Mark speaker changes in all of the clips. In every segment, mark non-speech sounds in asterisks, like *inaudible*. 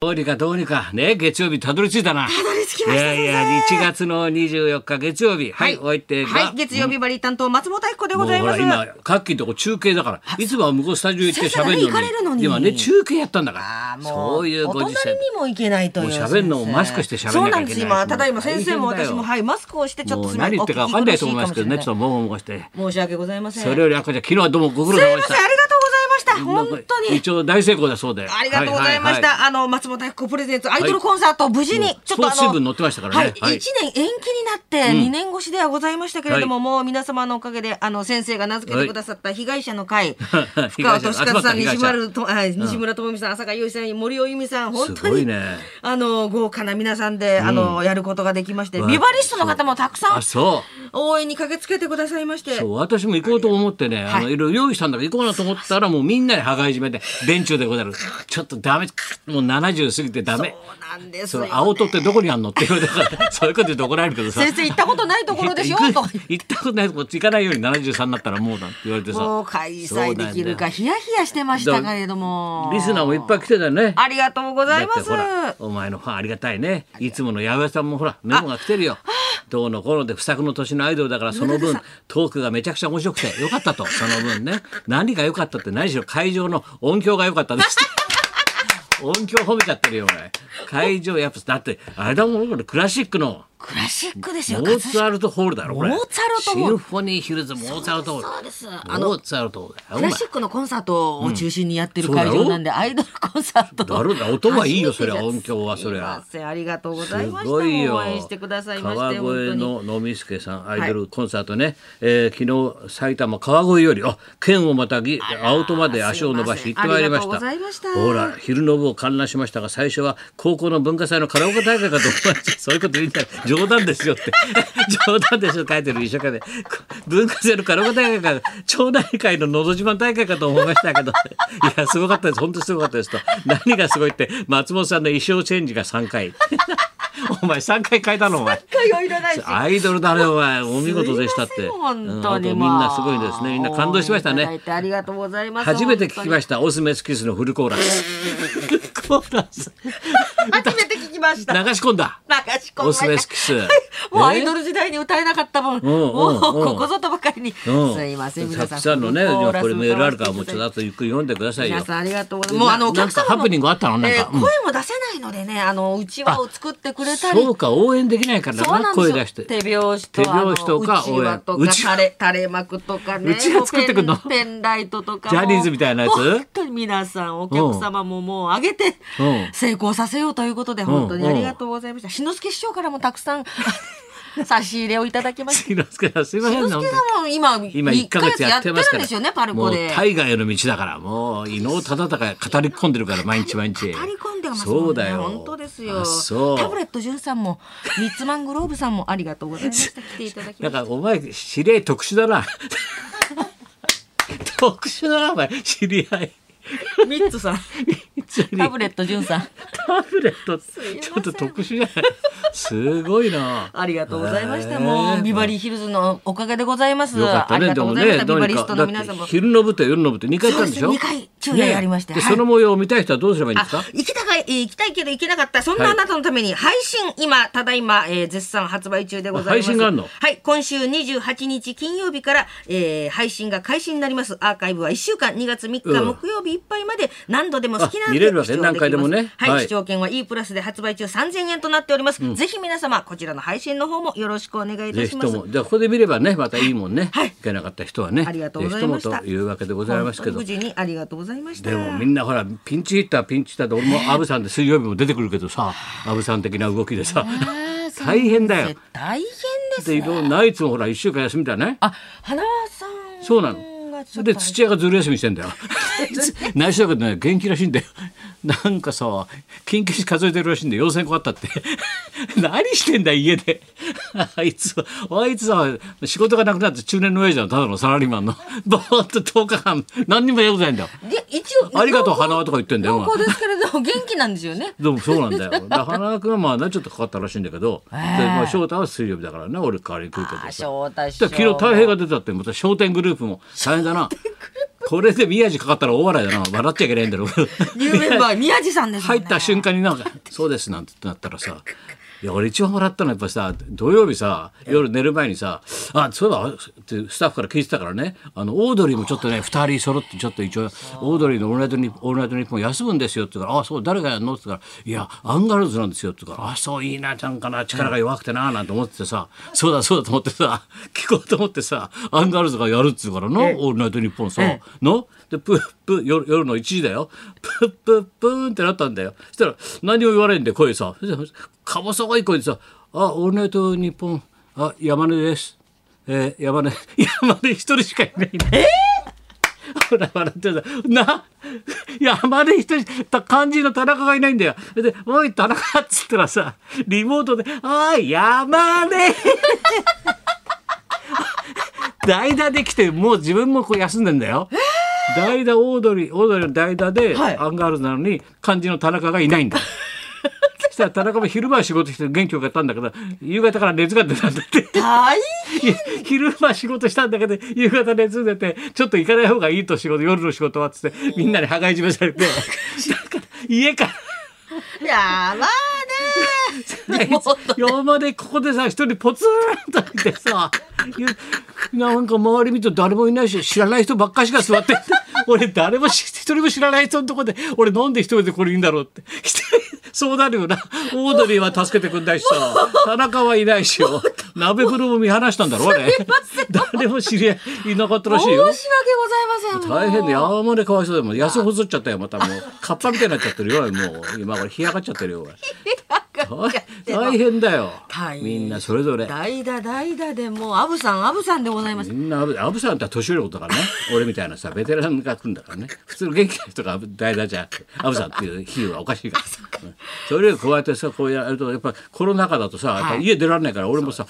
Speaker 1: どうにかどうにかね月曜日たどり着いたな。
Speaker 2: たどり着きました
Speaker 1: いやいや1月の24日月曜日はい、おいてが、
Speaker 2: はい、月曜日バリ担当松本明子でご
Speaker 1: もう
Speaker 2: ざい
Speaker 1: ほ
Speaker 2: ま
Speaker 1: ら
Speaker 2: す。
Speaker 1: 今カッキーとこ中継だからいつもは向こうスタジオ行って喋る
Speaker 2: 先生がね行かれる
Speaker 1: の
Speaker 2: の
Speaker 1: に
Speaker 2: に
Speaker 1: 今ね中継やったんだ
Speaker 2: あ
Speaker 1: か
Speaker 2: ー
Speaker 1: ら
Speaker 2: もう
Speaker 1: そういうご時
Speaker 2: お隣
Speaker 1: 世
Speaker 2: にも行けないという。
Speaker 1: もう喋るのも
Speaker 2: 先生
Speaker 1: マスクして喋
Speaker 2: そ
Speaker 1: んな
Speaker 2: う
Speaker 1: き
Speaker 2: な
Speaker 1: ゃ
Speaker 2: ん
Speaker 1: いけない
Speaker 2: です。今ただ今先生も
Speaker 1: 大変だよ
Speaker 2: 私もはいマスクをしてちょっと
Speaker 1: もう
Speaker 2: すみま
Speaker 1: 何
Speaker 2: せん。
Speaker 1: 言ってるか分かんないと思いますけどね
Speaker 2: お
Speaker 1: ちょっ
Speaker 2: 聞き苦し
Speaker 1: とも
Speaker 2: いかもしれ
Speaker 1: ごもごして
Speaker 2: ない申し訳ございません。
Speaker 1: それより赤ちゃん昨日はどうもご苦労
Speaker 2: すい
Speaker 1: 様
Speaker 2: ま
Speaker 1: でし
Speaker 2: せ
Speaker 1: た
Speaker 2: んありがとうございました。本当に。
Speaker 1: 一応大成功だそうで
Speaker 2: ありがとうございました。
Speaker 1: ははは
Speaker 2: あの松本明子プレゼンツアイドルコンサート、無事
Speaker 1: もう
Speaker 2: にちょっとあ
Speaker 1: スポーツ新聞載
Speaker 2: の
Speaker 1: ってましたからね
Speaker 2: は、
Speaker 1: はいい
Speaker 2: 一年延期になって二年越しではございましたけれども、もう皆様のおかげであの先生が名付けてくださった被害者の会、
Speaker 1: はい
Speaker 2: 深尾俊和さん、
Speaker 1: 被害者
Speaker 2: 西村とはい西村智美さん、浅香唯さん、森尾由美さん、本当
Speaker 1: すごい
Speaker 2: に
Speaker 1: ね
Speaker 2: あの豪華な皆さんであのやることができまして、
Speaker 1: わ
Speaker 2: ビバリストの方もたくさ
Speaker 1: あ
Speaker 2: ん
Speaker 1: そう
Speaker 2: 応援に駆けつけてくださいまして
Speaker 1: そ。う私も行こうと思ってね、あの
Speaker 2: はい
Speaker 1: いろいろ用意したんだけど行こうかなと思ったらもうみんなに羽交い締めて電柱でござ
Speaker 2: *laughs*
Speaker 1: るちょっとダメもう70過ぎてダ
Speaker 2: そう
Speaker 1: メ
Speaker 2: なんです
Speaker 1: そ
Speaker 2: よ、
Speaker 1: の
Speaker 2: ね。
Speaker 1: 青戸ってどこにあんのって言われたから
Speaker 2: *laughs*
Speaker 1: そういうこと言うと怒られるけどさ
Speaker 2: 先生行ったことないところでし
Speaker 1: *laughs*
Speaker 2: ょ
Speaker 1: 行く
Speaker 2: と。
Speaker 1: 行ったことないとこ行かないように73になったらもうなんて言われてさ
Speaker 2: もう開催できるか
Speaker 1: そ
Speaker 2: ヒヤヒヤしてましたけれど
Speaker 1: うなん
Speaker 2: も
Speaker 1: だよリスナーもいっぱい来てたよね
Speaker 2: ありがとうございま
Speaker 1: だってほら
Speaker 2: す
Speaker 1: お前のファンありがたいねいつもの八百屋さんもほらメモが来てるよどうのこうので不作の年のアイドルだからその分トークがめちゃくちゃ面白くてよかったとその分ね何が良かったって何しろ会場の音響が良かった
Speaker 2: *laughs*
Speaker 1: ですって音響褒めちゃってるよ俺会場やっぱだってあれだもんこれクラシックの
Speaker 2: クラシックですよ
Speaker 1: モ
Speaker 2: 葛
Speaker 1: ー
Speaker 2: 飾
Speaker 1: ツァルトホールだろこれ
Speaker 2: モーツァルトホール
Speaker 1: シンフォニーヒルズモーツァルトホール
Speaker 2: そうですあの
Speaker 1: モーツァルトホールだよお
Speaker 2: ク
Speaker 1: 前
Speaker 2: ラシックのコンサートを中心にやってる
Speaker 1: うんそう
Speaker 2: 会
Speaker 1: だろ
Speaker 2: 場なんで、アイドルコンサート
Speaker 1: だろうな音はいいよ
Speaker 2: 初めてじゃ
Speaker 1: そ
Speaker 2: *laughs*
Speaker 1: りゃ音響はそりゃ
Speaker 2: すいませんありがとうございますした
Speaker 1: ごいよ
Speaker 2: 応援してくださいまして
Speaker 1: 川越
Speaker 2: 本
Speaker 1: ののみすけさんアイドルコンサートね、えー昨日埼玉川越よりあ県をまたぎ青戸まで足を伸ばし
Speaker 2: すい
Speaker 1: 行
Speaker 2: ま
Speaker 1: っ
Speaker 2: せ
Speaker 1: て
Speaker 2: ん
Speaker 1: まいりまし
Speaker 2: ありがとうご
Speaker 1: た
Speaker 2: ざいました
Speaker 1: ほら昼の部を観覧しましたが最初は高校の文化祭のカラオケ大会かと思いました *laughs* そういうこと言うんじゃない冗談ですよって *laughs* 冗談ですよ書いてる一生懸命こ文化祭のカラオケ大会か町内会ののど自慢大会かと思いましたけどいやすごかったです本当にすごかったですと何がすごいって松本さんの衣装チェンジが3回 *laughs* お前3回変えたのお前
Speaker 2: 当に余裕がないし
Speaker 1: アイドルだねお前お見事でしたっ
Speaker 2: すい
Speaker 1: て
Speaker 2: ません本
Speaker 1: うん
Speaker 2: 当
Speaker 1: あ
Speaker 2: に
Speaker 1: と
Speaker 2: もう
Speaker 1: みんなすごいですねみんな感動しました
Speaker 2: 応援い
Speaker 1: ね
Speaker 2: だいてありがとうございます
Speaker 1: 初めて聞きま
Speaker 2: し
Speaker 1: したオスメスキスのフルコーラスフルコーラス
Speaker 2: た初めて聞きました
Speaker 1: 流し込んだ
Speaker 2: 流し込まれた
Speaker 1: オスメスキス
Speaker 2: *laughs* もうアイ
Speaker 1: ね
Speaker 2: ドル時代に歌えなかった
Speaker 1: ん
Speaker 2: もん、
Speaker 1: うん
Speaker 2: もう
Speaker 1: うん
Speaker 2: ここぞとばかりに、
Speaker 1: うん
Speaker 2: すいません
Speaker 1: た
Speaker 2: 皆さん
Speaker 1: くさんのね
Speaker 2: フルコーラス
Speaker 1: これメールあるから
Speaker 2: 歌
Speaker 1: も
Speaker 2: わ
Speaker 1: う
Speaker 2: せ
Speaker 1: ち
Speaker 2: てい
Speaker 1: ょ
Speaker 2: ただ
Speaker 1: っ
Speaker 2: いて
Speaker 1: とゆっくり読んでくださいよ
Speaker 2: 皆さんありがとうござい
Speaker 1: な
Speaker 2: ますもうあのお
Speaker 1: なん
Speaker 2: 客
Speaker 1: か
Speaker 2: 様も
Speaker 1: ハプニングあったのなんか
Speaker 2: えー
Speaker 1: うん
Speaker 2: 声も出せないのでねあのうちわを作ってくれたり
Speaker 1: そうか応援できないから
Speaker 2: そうな
Speaker 1: なん
Speaker 2: です
Speaker 1: 声
Speaker 2: よ
Speaker 1: 出して *laughs*
Speaker 2: 手拍子と
Speaker 1: 手拍子とか
Speaker 2: あのうちわと
Speaker 1: 応援
Speaker 2: か
Speaker 1: うちわ
Speaker 2: 垂れ垂れ幕とかね
Speaker 1: うちわ作ってくんの
Speaker 2: もうペンペンライトとかも
Speaker 1: ジャニーズみたいなやつ
Speaker 2: 本当に皆さんお客様ももう上げて
Speaker 1: うん
Speaker 2: 成功させようということで本当に
Speaker 1: うん
Speaker 2: ありがとうございました志の輔師匠からもたくさん *laughs* 差し入れをいただきました
Speaker 1: 志の輔さんすいませ
Speaker 2: 志
Speaker 1: んね
Speaker 2: の
Speaker 1: 本当
Speaker 2: 輔
Speaker 1: に
Speaker 2: さんも今
Speaker 1: 今1
Speaker 2: 1
Speaker 1: ヶ
Speaker 2: ヶ
Speaker 1: 月
Speaker 2: 月
Speaker 1: や
Speaker 2: や
Speaker 1: っ
Speaker 2: ってて
Speaker 1: ま
Speaker 2: ます
Speaker 1: か
Speaker 2: すかららですよねパル
Speaker 1: も
Speaker 2: コ
Speaker 1: う
Speaker 2: で
Speaker 1: 大河への道だからもう伊能忠敬が語り込んでるから毎日毎日
Speaker 2: 張り込んでますもんね
Speaker 1: そうだよ
Speaker 2: 本当ですよ
Speaker 1: あそう
Speaker 2: タブレット潤さんもミッツマングローブさんもありがとうございました来ていただき
Speaker 1: な
Speaker 2: ま
Speaker 1: ん
Speaker 2: した
Speaker 1: かお前知り合い特殊だな *laughs* 特殊だなお前知り合い *laughs*
Speaker 2: ミッツさん
Speaker 1: 知り合
Speaker 2: *laughs* タ
Speaker 1: い
Speaker 2: ブレット潤さん
Speaker 1: タブレット
Speaker 2: いませ
Speaker 1: ち
Speaker 2: ん
Speaker 1: ょっと特殊じゃないすごいな
Speaker 2: ありがとうございまし
Speaker 1: へ
Speaker 2: た。
Speaker 1: え
Speaker 2: もうビバリーヒルズのおかげでございます。
Speaker 1: よかった
Speaker 2: あり
Speaker 1: ね
Speaker 2: が
Speaker 1: で
Speaker 2: とう
Speaker 1: も
Speaker 2: ございまし
Speaker 1: ね
Speaker 2: た。ビバリ
Speaker 1: か
Speaker 2: ス
Speaker 1: だ
Speaker 2: トの
Speaker 1: って
Speaker 2: 皆様。
Speaker 1: 昼の部と夜の部って2回行ったんでしょ
Speaker 2: そうです二回昼夜やりまして
Speaker 1: ねで
Speaker 2: はい
Speaker 1: その模様を見たい人はどうすればいいんです
Speaker 2: あ
Speaker 1: か、
Speaker 2: 行きたかい、えー行きたいけど行けなかった。そんなあなたのために配信、今、ただいま、えー絶賛発売中でございます。
Speaker 1: 配信があるの
Speaker 2: はい、今週28日金曜日から、えー配信が開始になります。アーカイブは1週間、2月3日、
Speaker 1: うん
Speaker 2: 木曜日いっぱいまで何度でも好きな
Speaker 1: あ
Speaker 2: ん
Speaker 1: 見
Speaker 2: で
Speaker 1: れるわけ
Speaker 2: 視聴
Speaker 1: 何回でもね
Speaker 2: はい、
Speaker 1: はい
Speaker 2: 視聴券は E プラスで発売中3000円となっております。ぜひ皆様、こちらの配信の方もよろしくお願いいた
Speaker 1: ぜ
Speaker 2: し
Speaker 1: ひ
Speaker 2: ます
Speaker 1: と。もじゃあここで見ればねまたいいもんね、
Speaker 2: はい
Speaker 1: い、けなかった人はね
Speaker 2: ありがとうございました
Speaker 1: ぜひともというわけでございますけど
Speaker 2: 本当に無事にありがとうございました。
Speaker 1: でもみんなほらピンチヒッターピンチヒッターで俺も安部さんで水曜日も出てくるけどさ安部さん的な動きでさ
Speaker 2: あーそ
Speaker 1: *laughs*
Speaker 2: う
Speaker 1: 大変だよ。
Speaker 2: 大変です
Speaker 1: でい
Speaker 2: ね。
Speaker 1: ろいろナイツもほら1週間休みだね
Speaker 2: あ、花輪さん。
Speaker 1: そうなの
Speaker 2: がち
Speaker 1: そ
Speaker 2: ょっ
Speaker 1: れ
Speaker 2: と
Speaker 1: で土屋がずる休みして
Speaker 2: *laughs*
Speaker 1: んだよ内緒だけどね元気らしいんだよなんかさ緊急し数えてるらしいんで4000個あったって *laughs* 何してんだ家で *laughs* あいつはあいつは仕事がなくなって中年の親父なのただのサラリーマンの *laughs* ぼーっと10日間何にもやることないんだよ
Speaker 2: で一応
Speaker 1: ありがとう花輪とか言ってんだよお前
Speaker 2: 濃厚ですけれども元気なんですよね。
Speaker 1: でもそうなんだよ。
Speaker 2: *laughs*
Speaker 1: で花輪君はまあねちょっとかかったらしいんだけど、でまあ翔太は水曜日だからね俺代わりに来るけど
Speaker 2: あ
Speaker 1: さ。
Speaker 2: ー、翔太師
Speaker 1: だ
Speaker 2: 匠
Speaker 1: から昨日太平が出たってまた商店グループも大変だな。これで宮治かかったら大笑いだな笑っちゃいけないんだ *laughs* ろう
Speaker 2: ニューメンバー宮地さんですもん
Speaker 1: 入
Speaker 2: ね。
Speaker 1: った瞬間になんか「そうです」なんてなったらさいや俺一番笑ったのはやっぱさ土曜日さ夜寝る前にさ「あそういえば」ってスタッフから聞いてたからねあのオードリーもちょっとね2人揃ってちょっと一応オードリーのオールナイトニッポン「オールナイトニッポン」休むんですよって言うから「あそう誰がやるの?」って言ったら「いやアンガールズなんですよ」って言うから「あそういいなちゃんかな力が弱くてな」なんて思っててさ「そうだそうだ」と思ってさ *laughs* 聞こうと思ってさアンガールズがやるっつうからな「オールナイトニッポン」さ
Speaker 2: え
Speaker 1: のでプープー夜夜の1時だよプープープーンってなったんだよそしたら何も言われんで声さそしたらか細かい声でさ「あオールナイトニッポンあ山根です」えー山根 *laughs* 山根一人しかいないねほら笑ってるな山根一人た肝心の田中がいないんだよで「おい田中」っつったらさリモートで「あい山根」 *laughs* 代打で来てもう自分もこう休んでんだよ。代打オードリーオードリーの代打で、
Speaker 2: はい
Speaker 1: アンガールズなのに肝心の田中がい
Speaker 2: *laughs*
Speaker 1: ないんだ。そしたら田中も昼間は仕事して元気よかったんだけど夕方から熱が出たんだって。
Speaker 2: 大
Speaker 1: *laughs* 昼間仕事したんだけど夕方熱出てちょっと行かない方がいいと仕事夜の仕事はっつってみんなに羽交い締めされてだから家から。
Speaker 2: 変。やばーねー。もう
Speaker 1: 今までここでさ一人ポツンといてさゆなんか周り見ると誰もいないし知らない人ばっかしが座ってんだ俺誰も知一人も知らない人のとこで俺なんで一人でこれいいんだろうって *laughs* 一人そうなるよなオードリーは助けてくんないしさ田中はいないしよ鍋風呂も見放したんだろあれ誰も知り合いいなかったらしいよ
Speaker 2: 申し訳ございま
Speaker 1: 大
Speaker 2: せん。
Speaker 1: 変で
Speaker 2: よ。
Speaker 1: 山根かわいそうだよもう痩せ細っちゃったよまたもうカッパみたいになっちゃってるよもう今これ干上がっちゃってるよ俺大大変だよ
Speaker 2: 大変
Speaker 1: みんなそれぞれ
Speaker 2: 代打代打でもうアブさんアブさんでございます。
Speaker 1: みんなアブアブさんって年寄りのことだから
Speaker 2: *laughs*
Speaker 1: ね俺みたいなさベテランが来るんだからね普通の元気な人がアブ代打じゃんアブさんっていう比喩はおかしいからそそれを加えてさこうやるとやっぱコロナ禍だとさ、やっぱ家出られないから俺もさ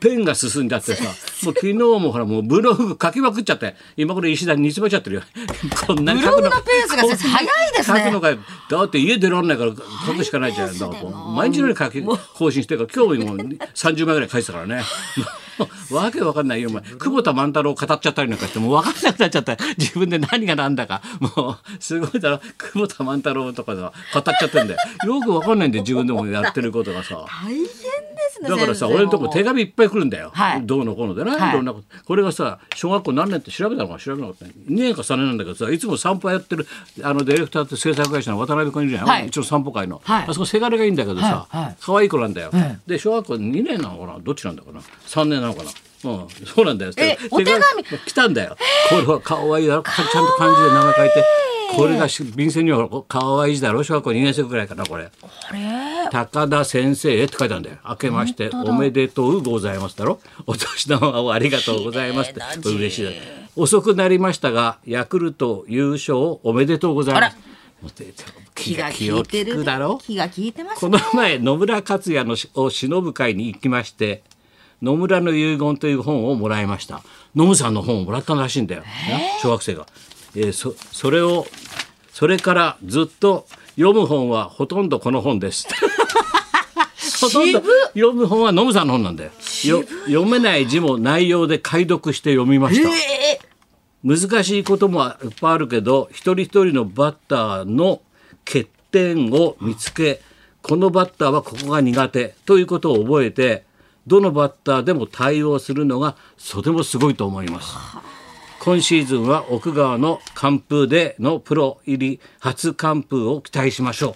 Speaker 1: ペンが進んじゃってさ、もう昨日もほらもうブログ書きまくっちゃって、今これ石田に煮詰まっちゃってるよ。 *laughs* こんなに書く
Speaker 2: ブログのペースが先生早いですね
Speaker 1: 書くのがだって家出られないから書くしかないじゃん。だからこう毎日のように書き更新してるから今日も30枚ぐらい書いてたからね。もうわけわかんないよお前久保田万太郎を語っちゃったりなんかしてもうわかんなくなっちゃった自分で何が何だかもうすごいだろ久保田万太郎とかさ語っちゃってんだよよくわかんないんだよ自分でもやってることがさ
Speaker 2: 大変ですね。
Speaker 1: だからさ
Speaker 2: 先生
Speaker 1: 俺のとこ手紙いっぱい来るんだよ、
Speaker 2: はい
Speaker 1: どうのこうのでね、
Speaker 2: はい
Speaker 1: どんなことこれがさ小学校何年って調べたのか調べなかった2年か3年なんだけどさいつも散歩やってるあのディレクターって制作会社の渡辺君いるじゃん、
Speaker 2: はいう
Speaker 1: ちの散歩会の、
Speaker 2: はい
Speaker 1: あそこせがれがいいんだけどさ、
Speaker 2: はいはい
Speaker 1: 可愛い子なんだよ、
Speaker 2: え
Speaker 1: で小学校2年なのかなどっちなんだかな3年なのかなうん、そうなんだよ。
Speaker 2: えお手紙
Speaker 1: 来たんだよ。これは可愛いだろ。ちゃんと漢字で名前書いて。これがし便箋には可愛い字だろ。小学校2年生ぐらいかなこれ。
Speaker 2: あれ
Speaker 1: 高田先生へって書いてあるんだよ。明けましておめでとうございますだろ。お年玉をありがとうございますって。
Speaker 2: 綺麗な
Speaker 1: こ
Speaker 2: 字
Speaker 1: れ嬉しいだろ遅くなりましたが、ヤクルト優勝おめでとうございま
Speaker 2: あ
Speaker 1: す
Speaker 2: ら。
Speaker 1: もうてて気
Speaker 2: 気
Speaker 1: が
Speaker 2: が
Speaker 1: 気
Speaker 2: 利
Speaker 1: を
Speaker 2: いて
Speaker 1: 利
Speaker 2: る
Speaker 1: く
Speaker 2: ね
Speaker 1: だろ。
Speaker 2: 気が利いてます
Speaker 1: こ。の前野村克也のしを忍ぶ会に行きまして野村の遺言という本をもらいました野村さんの本をもらったらしいんだよ、小学生が、えーそそれをそれからずっと読む本はほとんどこの本ですほとんど読む本は野村さんの本なんだよよ読めない字も内容で解読して読みました、
Speaker 2: え
Speaker 1: 難しいこともいっぱいあるけど一人一人のバッターの欠点を見つけこのバッターはここが苦手ということを覚えてどのバッターでも対応するのがとてもすごいと思います。今シーズンは奥川の完封でのプロ入り初完封を期待しましょう。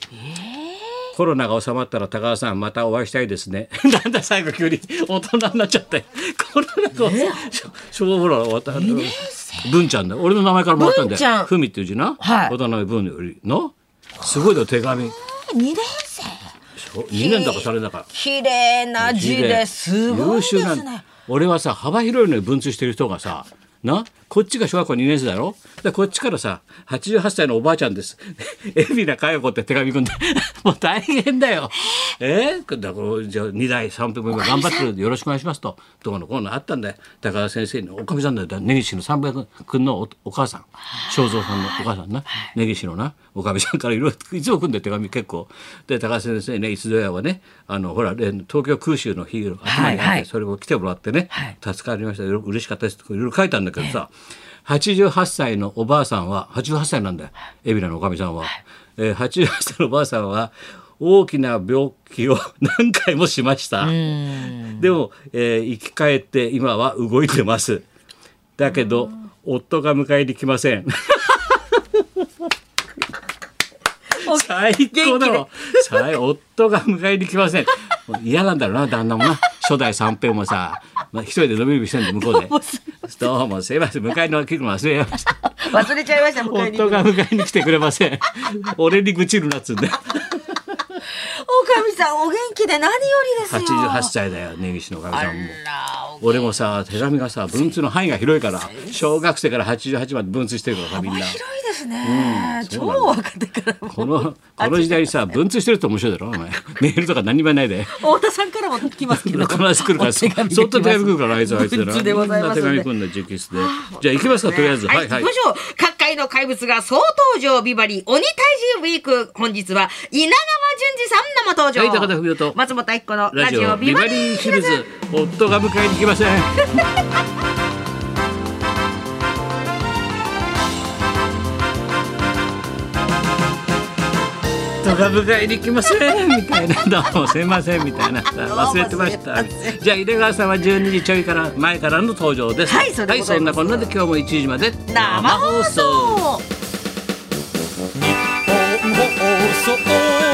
Speaker 1: コロナが収まったら高川さんまたお会いしたいですね。 *laughs* なんだ最後急に大人になっちゃって。コロナが、しょしょうほらわた文ちゃんだ。俺の名前からもらったんだ
Speaker 2: 文ちゃ
Speaker 1: よ。
Speaker 2: ん
Speaker 1: ふみっていう字な。
Speaker 2: はい
Speaker 1: 渡辺文よりの。すごいだよ手紙。
Speaker 2: ー、二年生。
Speaker 1: 2年だかそれだから。
Speaker 2: 綺麗な字ですごいで
Speaker 1: 優秀な
Speaker 2: す
Speaker 1: んだ
Speaker 2: ね。
Speaker 1: 俺はさ幅広いのに文通してる人がさなこっちが小学校2年生だろでこっちからさ88歳のおばあちゃんです *laughs* 海老名佳代子って手紙くんだ *laughs* もう大変だよえー、だからじゃあ2代3分も今頑張ってるんでよろしくお願いしますとどうのこうのあったんだよ高田先生のおかみさんだよ根岸の三平君のおお母さん正蔵さんのお母さんな根岸のなおかみさんからいろいろいつも来んで手紙結構で高田先生ねいつぞやはねあのほら例の東京空襲の日の集まりがあって
Speaker 2: はいはい
Speaker 1: それも来てもらってね、
Speaker 2: はい
Speaker 1: 助かりましたうれ嬉しかったですとかいろいろ書いたんだけどさ、 88歳のおばあさんは88歳なんだよ海老名のおかみさんは、えー、88歳のおばあさんは大きな病気を *laughs* 何回もしましたでも、えー生き返って今は動いてますだけど夫が迎えに来ません
Speaker 2: お
Speaker 1: 最高だ
Speaker 2: 元
Speaker 1: ろ最夫が迎えに来ません嫌なんだろうな旦那もな初代三平もさ、まあ、一人でのびのびしてんで向こうで
Speaker 2: もうす
Speaker 1: どうもすいません迎えの来るの忘れました
Speaker 2: 忘れちゃいました迎えに行
Speaker 1: 夫
Speaker 2: くの
Speaker 1: が迎えに来てくれませ *laughs* ん俺に愚痴るなっつうんで
Speaker 2: おかみさんお元気で何よりですよ
Speaker 1: 88歳だよ根岸のおかみ
Speaker 2: あ
Speaker 1: さんも。
Speaker 2: らお元
Speaker 1: 俺もさ手紙がさ文通の範囲が広いから小学生から88まで文通してるからさみんな
Speaker 2: 気広いですね、
Speaker 1: そ
Speaker 2: 超
Speaker 1: うなの
Speaker 2: 若手からも
Speaker 1: このこの時代にさ文通してると面白いだろお *laughs* 前メールとか何にもないで
Speaker 2: 太田さんからも来ますけ
Speaker 1: 必
Speaker 2: ど
Speaker 1: ず来るから
Speaker 2: お手
Speaker 1: そ
Speaker 2: 紙が来ます
Speaker 1: そっと手紙来るからあいつあいつ
Speaker 2: 文通でございます
Speaker 1: 手
Speaker 2: んで
Speaker 1: 紙来るんだ直筆でじゃあ行きますかとりあえず
Speaker 2: はい、行きましょう。各界の怪物が総登場、ビバリー鬼退治ウィーク。本日は、稲川淳二さん生登場。
Speaker 1: はい高田文夫と
Speaker 2: 松本明子の
Speaker 1: ラ
Speaker 2: ラ
Speaker 1: ジ
Speaker 2: ジ
Speaker 1: オ
Speaker 2: オ
Speaker 1: ビ
Speaker 2: ビ
Speaker 1: バ
Speaker 2: バ
Speaker 1: リ
Speaker 2: リ
Speaker 1: ー
Speaker 2: ー
Speaker 1: ヒ
Speaker 2: ヒ
Speaker 1: ル
Speaker 2: ル
Speaker 1: ズ
Speaker 2: ズ。
Speaker 1: 夫が迎えに来ません *laughs* 夫が迎えに来ませんみたいな *laughs* どうもすいませんみたい
Speaker 2: *laughs*
Speaker 1: なさ
Speaker 2: どうも
Speaker 1: 忘れてました
Speaker 2: すいませ
Speaker 1: じゃあ井出川さんは12時ちょいから前からの登場です
Speaker 2: はいそうでござ
Speaker 1: そ
Speaker 2: い
Speaker 1: ん
Speaker 2: ま
Speaker 1: な
Speaker 2: す
Speaker 1: こんなで今日も1時まで
Speaker 2: 生放送
Speaker 1: 日本放送